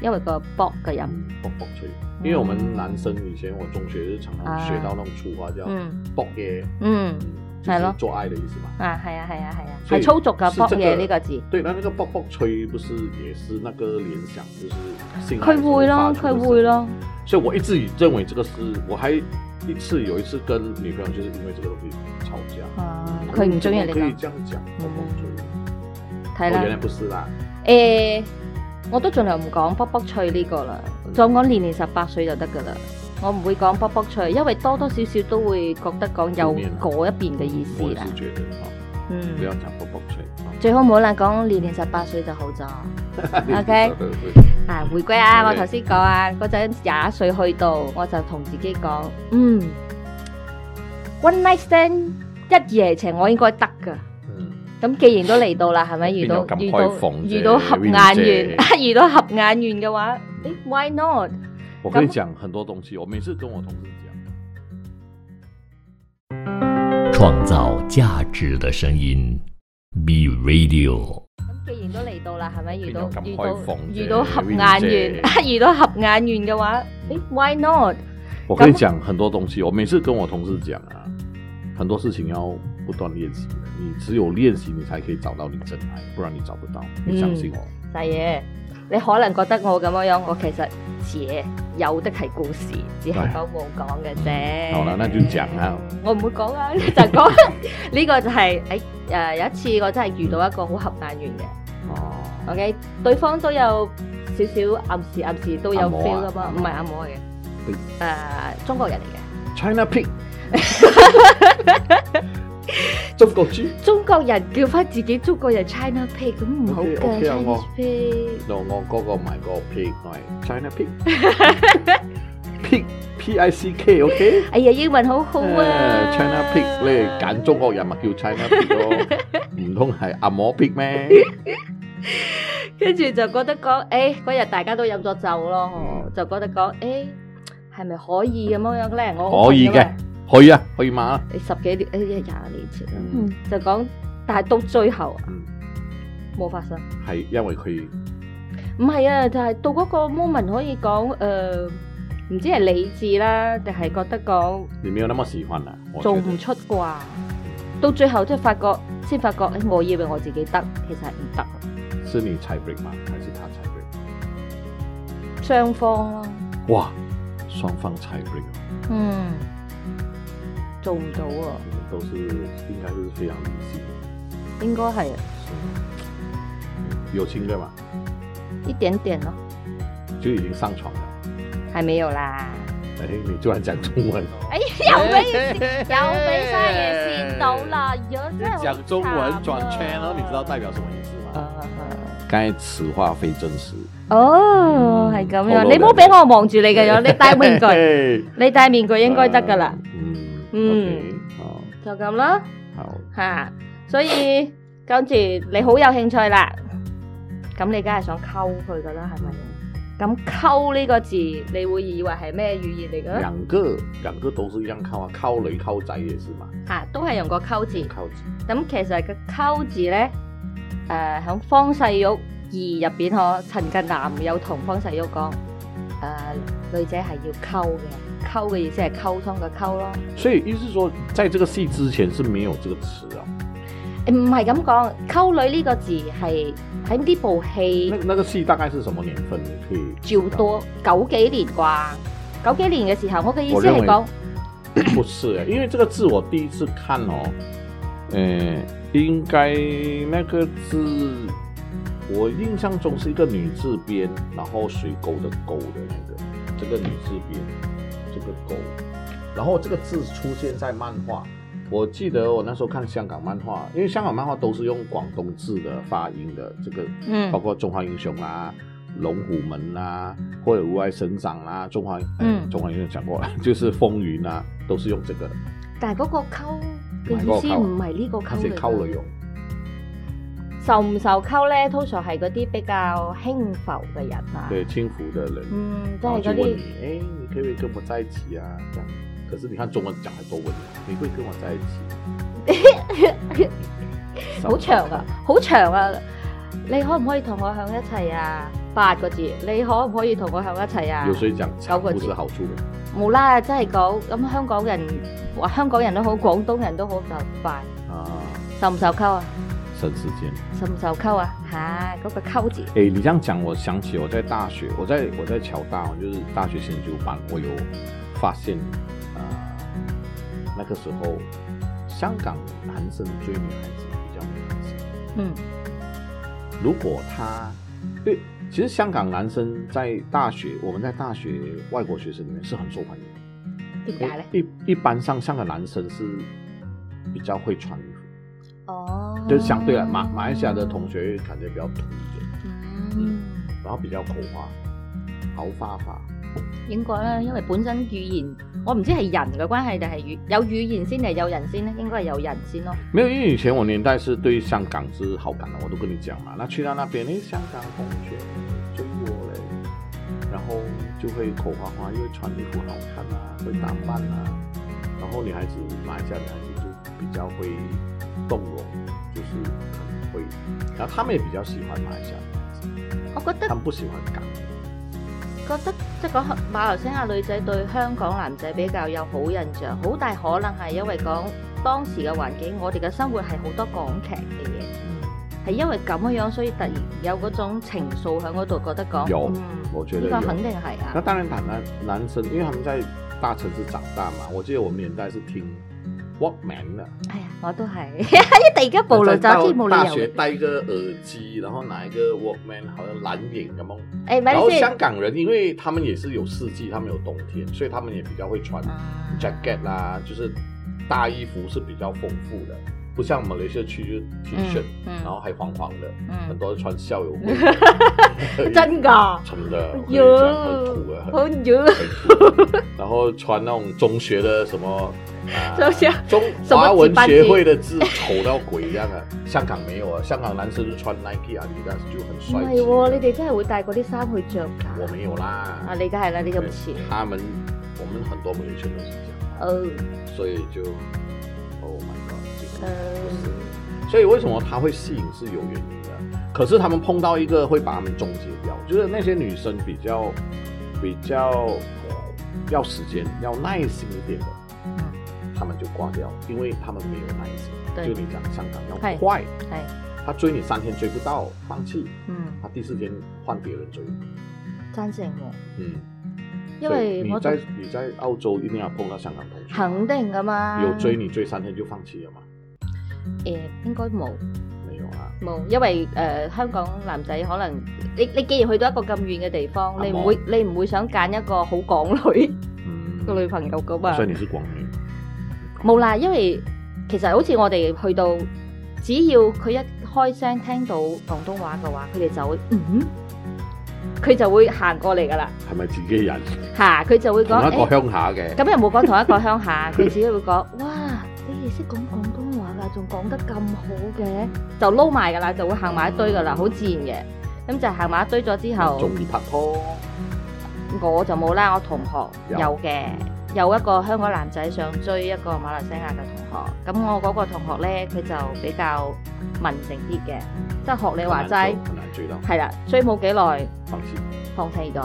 S2: 因為個搏嘅音，
S3: 蹦蹦嗯脆。因为我们男生以前我中学就常常学到那种粗话叫
S2: 啊嗯
S3: “搏耶
S2: 嗯”，
S3: 就
S2: 係
S3: 是
S2: 咯
S3: 做爱的意思嘛。
S2: 啊，係啊，係啊，係啊，
S3: 所以
S2: 係粗俗嘅
S3: 是
S2: 搏
S3: 這個
S2: 嘢呢個字，
S3: 对，那那个“蹦蹦吹”不是也是那个联想，就是性爱
S2: 佢會咯，
S3: 時候發出的
S2: 佢
S3: 聲音
S2: 會。咯，
S3: 所以我一直以认为这个是，我还一次有一次跟女朋友就是因为这个东西吵架。嗯
S2: 啊，佢唔中意你
S3: 可以
S2: 講，
S3: 这样讲，蹦蹦吹。
S2: 睇嗯
S3: 我
S2: 啦
S3: 哦原。來不是啦，
S2: 誒、我都盡量唔講卜卜脆呢個啦，再講年年十八歲就得噶啦。我唔會講卜卜脆，因為多多少少都會覺得講有嗰一邊嘅意思
S3: 我也
S2: 啦。
S3: 是觉得啊，不要
S2: 嗯，
S3: 讲蹦蹦吹啊。
S2: 最好唔好啦，講年年十八歲就好咗。OK
S3: 对哦 *laughs* 对对
S2: 啊，回歸啊！
S3: OK
S2: 我頭先講啊，嗰陣廿歲去到，我就同自己講，嗯，one night stand 一夜情我應該得㗎。
S3: 嗯。
S2: 咁既然都嚟到啦，係咪遇到
S3: 邊有咁
S2: 遇到
S3: 開放啫
S2: 遇到合眼緣， *laughs* 遇到合眼緣嘅話，誒，why not？
S3: 我跟你讲很多东西，我每次跟我同事讲。
S1: 创造价值的声音，B Radio。
S2: 咁既然都嚟到啦，係咪遇
S3: 邊
S2: 到
S3: 有咁
S2: 遇
S3: 開
S2: 到
S3: 放啫
S2: 遇到合眼緣， *laughs* 遇到合眼緣嘅話，誒，why not？
S3: 我跟你讲很多东西，我每次跟我同事讲啊，很多事情要不断练习的，你只有练习，你才可以找到你真爱，不然你找不到。你相信我，
S2: 細嘢，你可能覺得我咁樣樣，我其實姐有的係故事，只係講冇講嘅啫。
S3: 好啦那就講啦。
S2: 我唔會講啊， *laughs* 你就講呢個就係誒誒有一次我真係遇到一個好合眼緣嘅。
S3: 哦，
S2: OK，對方都有少少暗示暗示都有
S3: 暗摸
S2: feel 噶
S3: 啊
S2: 嘛，
S3: 暗
S2: 唔
S3: 摸
S2: 係暗摸嘅，誒
S3: 對、
S2: 中國人嚟
S3: China Pig，中國豬，
S2: 嘅，中國人叫翻自己中國人 China pig 咁唔好
S3: OK，
S2: 嘅
S3: OK 啊
S2: Chinese
S3: 我
S2: pig，
S3: 我我嗰個買個 pig，我係 China
S2: *laughs*
S3: Pig，pig P I C K，OK，
S2: 哎呀英文好好啊
S3: 誒 China Pig，你揀中國人咪叫 China
S2: *laughs*
S3: Pig 咯，唔通係阿摩 pig 咩？
S2: 跟住就覺得講，誒嗰日大家都飲咗酒咯
S3: 嗯，
S2: 就覺得講，誒係咪可以咁樣樣咧？我
S3: 可以
S2: 我覺得
S3: 嘅，可以啊，可以嘛？
S2: 你十幾年誒廿年前啦
S3: 嗯，
S2: 就講，但係到最後
S3: 嗯
S2: 冇發生。
S3: 係因為佢。
S2: 唔係啊，就係、到嗰個 moment 可以講誒，呃唔、知係理智啦，定係覺得講
S3: 你没有那么喜欢啦、我
S2: 做
S3: 觉得
S2: 唔出啩？到最後即係發覺，先發覺，誒、我以為我自己得，其實係唔得，
S3: 是你踩 break 吗？还是他踩 break？
S2: 雙方咯，
S3: 哇，双方踩 break，哦
S2: 嗯，做唔到啊，
S3: 你们都是应该是非常理性的，
S2: 應該係
S3: 是友情对吧？
S2: 一點點咯，
S3: 就已经上床了。
S2: 還沒有啦，
S3: 哎，你居然讲中文，
S2: 哎，又俾又俾生嘢跣到啦，如果真係好
S3: 讲中
S2: 慘啊
S3: 文转 channel，你知道代表什么意思吗？
S2: 啊啊啊
S3: 刚才此话非真实，
S2: 哦，係咁樣，
S3: 好咯
S2: 你唔好俾我望住你嘅樣，你戴面
S3: *laughs*
S2: 具。
S3: 具
S2: 你戴面具應
S3: Ờ.
S2: 該得噶啦，。
S3: 嗯
S2: 嗯
S3: 嗯，OK，好，
S2: 就咁啦
S3: 好，
S2: 吓、所以跟住你好有興趣啦，咁你梗係想溝佢噶啦，係咪？咁溝呢個字，你會以為係咩語言嚟噶啦？
S3: 两个两个都是一样靠啊，靠雷靠宅也是嘛，
S2: 吓、都係用個溝字。
S3: 靠宅
S2: 咁其實個溝字咧，诶、響方世玉二入邊嗬，陳近南有同方世玉講，诶、女仔係要溝嘅，溝嘅意思係溝通嘅溝咯。
S3: 所以意思是说，在这个戏之前是没有这个词啊。
S2: 唔係咁講，溝女呢個字係喺呢部
S3: 那
S2: 戲
S3: 那个戏大概是什么年份？你可以
S2: 照多九幾年啩？九幾年嘅時候，我嘅意思係講
S3: 我 *coughs* 不是、欸，因为这个字我第一次看哦，呃，应该那个字，我印象中是一个女字边，然后水沟的沟的那个，这个女字边，这个沟，然后这个字出现在漫画。我记得我那时候看香港漫画，因为香港漫画都是用广东字的发音的，这个包
S2: 嗯
S3: 括中华英雄啦、龙虎门啦，或者无爱生长啦，中华、嗯、
S2: 嗯
S3: 中华英雄讲过 *laughs* 了，就是风云啊，都是用这个的，
S2: 但係嗰個溝嘅意思唔係呢個
S3: 而且
S2: 溝嚟啊
S3: 靠了
S2: 㗎。
S3: 用。
S2: 受唔受溝咧，通常係嗰啲比較輕浮嘅人啊。
S3: 对，轻浮的人，
S2: 嗯，即
S3: 然后
S2: 係
S3: 就
S2: 嗰
S3: 问你
S2: 啲，
S3: 哎，你可不可以跟我在一起啊？这样。可是你看中文讲很多文，你会跟我在一起？
S2: *laughs* 好長啊，好長啊。你可唔可以同我響一齊啊？八個字，你可唔可以同我響一齊啊？
S3: 有谁讲
S2: 搞
S3: 长
S2: 过
S3: 不
S2: 节
S3: 是好处的？
S2: 冇啦，真係講咁香港人，話香港人都好，廣東人都好就快，
S3: 啊，
S2: 受唔受溝啊？
S3: 省时间。
S2: 受唔受溝啊？嚇、嗰、個溝字，
S3: 哎，你这样讲，我想起我在大学，我在我在侨大，哦就是大学研究班，我有发现，啊、那个时候香港男生追女孩子比较没耐心。
S2: 嗯
S3: 如果他对，其实香港男生在大学，我们在大学外国学生里面是很受欢迎的。
S2: 點解咧？
S3: 一一般上香港男生是比较会穿衣服，
S2: 哦，
S3: 就是啊相对来马马来西亚的同学感觉比较土一点，
S2: 嗯，
S3: 然后比较口花，好发发。
S2: 應該啦，因為本身語言，我唔知係人嘅關係定係語有語言先定係有人先咧，應該係有人先咯。
S3: 没有，因为以前我年代是对香港是好感的，我都跟你讲嘛。那去到那边，哎，香港同学追我嘞，然后就会口花花，因为穿衣服好看啊，会打扮啊。然后女孩子，马来西亚女孩子就比较会动容，就是可能会，然后他们也比较喜欢马来西亚女孩子，
S2: 我覺得
S3: 他们不喜歡港。
S2: 覺得即係講馬來西亞女仔對香港男仔比較有好印象，好大可能係因為講當時嘅環境，我哋嘅生活係好多港劇嘅嘢，係因為咁樣樣，所以突然有嗰種情愫喺嗰度，覺得講
S3: 有
S2: 嗯，
S3: 我覺
S2: 呢
S3: 得
S2: 個
S3: 有
S2: 肯。定係
S3: 那
S2: 啊，
S3: 当然，坦男男生，因为他们在大城市长大嘛，我记得我们年代是听 Walkman 的。
S2: 哎呀，我都 *laughs* 係一地而家暴露
S3: 在
S2: 咗
S3: 到
S2: 添，冇
S3: 大
S2: 理由
S3: 学
S2: 嘅。
S3: 戴一个耳机，然后拿一个 Walkman，好像蓝影咁樣。
S2: 誒，咪
S3: 然
S2: 你
S3: 后
S2: 先
S3: 香。港人，因为他们也是有四季，他们有冬天，所以他们也比较会穿
S2: 嗯 À.
S3: jacket 啦，就是大衣服是比较丰富的，不像马来西亚区就 T 恤，
S2: 嗯
S3: 然后还黄黄的，很
S2: 嗯，
S3: 多人穿校友会。
S2: *laughs* 真㗎
S3: 真的，我跟你
S2: 有
S3: 讲很土啊，
S2: 好妖， *laughs*
S3: 然后穿那种中学的什么，啊
S2: 中学
S3: 中
S2: 什么
S3: 华
S2: 几
S3: 文
S2: 班级
S3: 学会的字丑到鬼一样啊！香港没有啊，香港男生就穿 Nike 啊，你那就很
S2: 唔
S3: 帅
S2: 係
S3: 气。啊
S2: 喎，啊你哋真係會帶嗰啲衫去着
S3: 我
S2: 㗎。
S3: 没有
S2: 啊，
S3: 啦，
S2: 你梗係啦，你咁似。
S3: 他们我们很多美女生都是这样，啊
S2: 哦，
S3: 所以就 Oh my God，这个不
S2: 嗯。
S3: 是，所以为什么他会吸引是有原因的。可是他们碰到一个会把他们终结掉，就是那些女生比较比较、呃要时间、要耐心一点的，
S2: 嗯
S3: 他们就挂掉，因为他们没有耐心。
S2: 对
S3: 就你讲香港
S2: 嗨
S3: 要快，
S2: 嗨
S3: 他追你三天追不到，放弃，
S2: 嗯，
S3: 他第四天换别人追。
S2: 贊成喎，
S3: 嗯，
S2: 因
S3: 所以
S2: 為
S3: 你
S2: 我
S3: 在你在澳洲一定要碰到香港同学，
S2: 肯定噶嘛。
S3: 有追你追三天就放弃了吗？
S2: 誒、應該冇
S3: 没有啊，
S2: 冇，因為誒、呃香港男仔可能你你既然去到一個咁遠嘅地方，
S3: 啊
S2: 你唔
S3: 冇
S2: 會你唔會想揀一個好港女
S3: 嗯，
S2: 個女朋友噶嘛
S3: 所？以你是广女，
S2: 冇啦，因為其實好似我哋去到，只要佢一開聲聽到廣東話嘅話，佢哋就會嗯，佢就會行過嚟噶啦
S3: 系咪自己人？
S2: 嚇，佢就會
S3: 同
S2: 講
S3: 一
S2: 誒
S3: 個鄉下嘅，
S2: 咁又冇講同一個鄉下， *laughs* 佢自己會講：哇，你哋識講廣東話㗎，仲講得咁好嘅，就撈埋㗎啦，就會行埋一堆㗎啦，好自然嘅。咁就行埋一堆咗之後
S3: 仲，要呃拍拖，
S2: 哦我就冇啦。我同學
S3: 有
S2: 有嘅，有一個香港男仔想追一個馬來西亞嘅同學，咁我嗰個同學呢，佢就比較文靜啲嘅，即係學你話齋，
S3: 很難追到，
S2: 係啦，追冇幾耐
S3: 放棄。
S2: 放棄咗。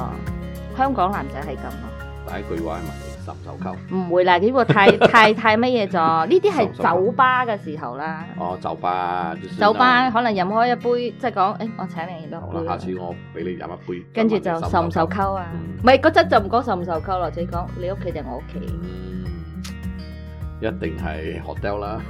S2: 香港男仔係咁咯。
S3: 第一句話係咪十手溝？
S2: 唔會啦，呢個太
S3: *laughs*
S2: 太太乜嘢咗？呢啲係酒
S3: 啊
S2: 吧嘅時候啦，
S3: 哦，酒吧，就是
S2: 酒吧
S3: 那種
S2: 可能飲開一杯，即係講，誒、我請你飲
S3: 嗯好
S2: 多
S3: 啦，
S2: 杯
S3: 下
S2: 啦，
S3: 次我俾你飲一杯，
S2: 跟住
S3: 今
S2: 就
S3: 晚你
S2: 受唔受？溝啊？
S3: 嗯
S2: 唔係嗰陣就唔講受唔受溝咯，只講你屋企定我屋企。
S3: 嗯，一定係 hotel 啦，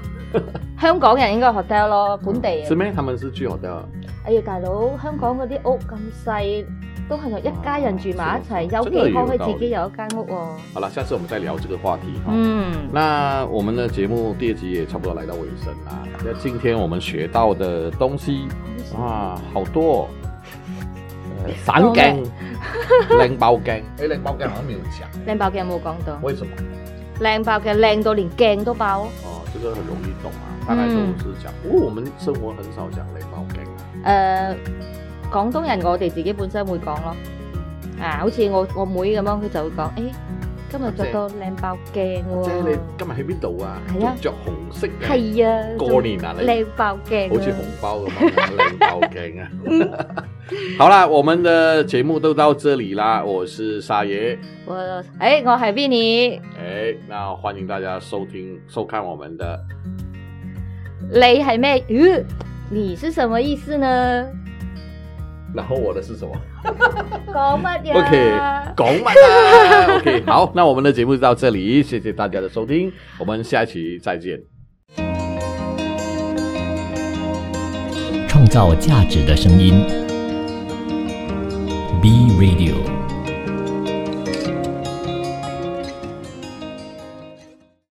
S2: 香港人應該 hotel 咯，本地
S3: 是
S2: 人。
S3: 咩？他們是住 hotel 啊。
S2: 哎呀，大佬，香港嗰啲屋咁細，都係一家人住埋一齊，
S3: 哇
S2: 有幾可佢自己有一間屋喎？
S3: 好啦，下次我們再聊這個話題哈。
S2: 嗯，
S3: 那我們的節目第二集也差不多來到尾聲啦。那今天我們學到的東西啊，好
S2: *laughs*
S3: 多、哦，呃，散鏡、 *laughs* 靚爆鏡，誒、哎靚爆鏡好像沒有講，
S2: 靚爆嘅有冇講到？
S3: 為什麼？
S2: 靚爆嘅靚到連鏡都爆咯。
S3: 哦，這個很容易懂啊，
S2: 嗯
S3: 大概都是講，不過我們生活很少講靚爆鏡啊，
S2: 誒、廣東人我哋自己本身會講咯，啊，好似我我妹咁樣，佢就會講，誒、今日着到靚爆鏡
S3: 即係你
S2: 喎，
S3: 今日喺邊度啊？
S2: 係啊
S3: 仲着紅色嘅，
S2: 係啊，
S3: 過年啊你
S2: 靚爆鏡啊，
S3: 好似紅包咁
S2: *laughs*
S3: 啊，領包頸啊！
S2: 嗯
S3: *laughs* 好啦，我們的節目都到這裡啦，我是沙爺，
S2: 我誒我係 Vinny，
S3: 哎，那歡迎大家收聽收看我們的
S2: 你係咩？咦，你是什麼意思呢？
S3: 然後我的是什麼？
S2: 講乜嘢
S3: OK，講乜啊？OK，好，那我們的節目就到這裡，謝謝大家的收聽，我們下一期再見。
S1: 创造价值的声音。B Radio。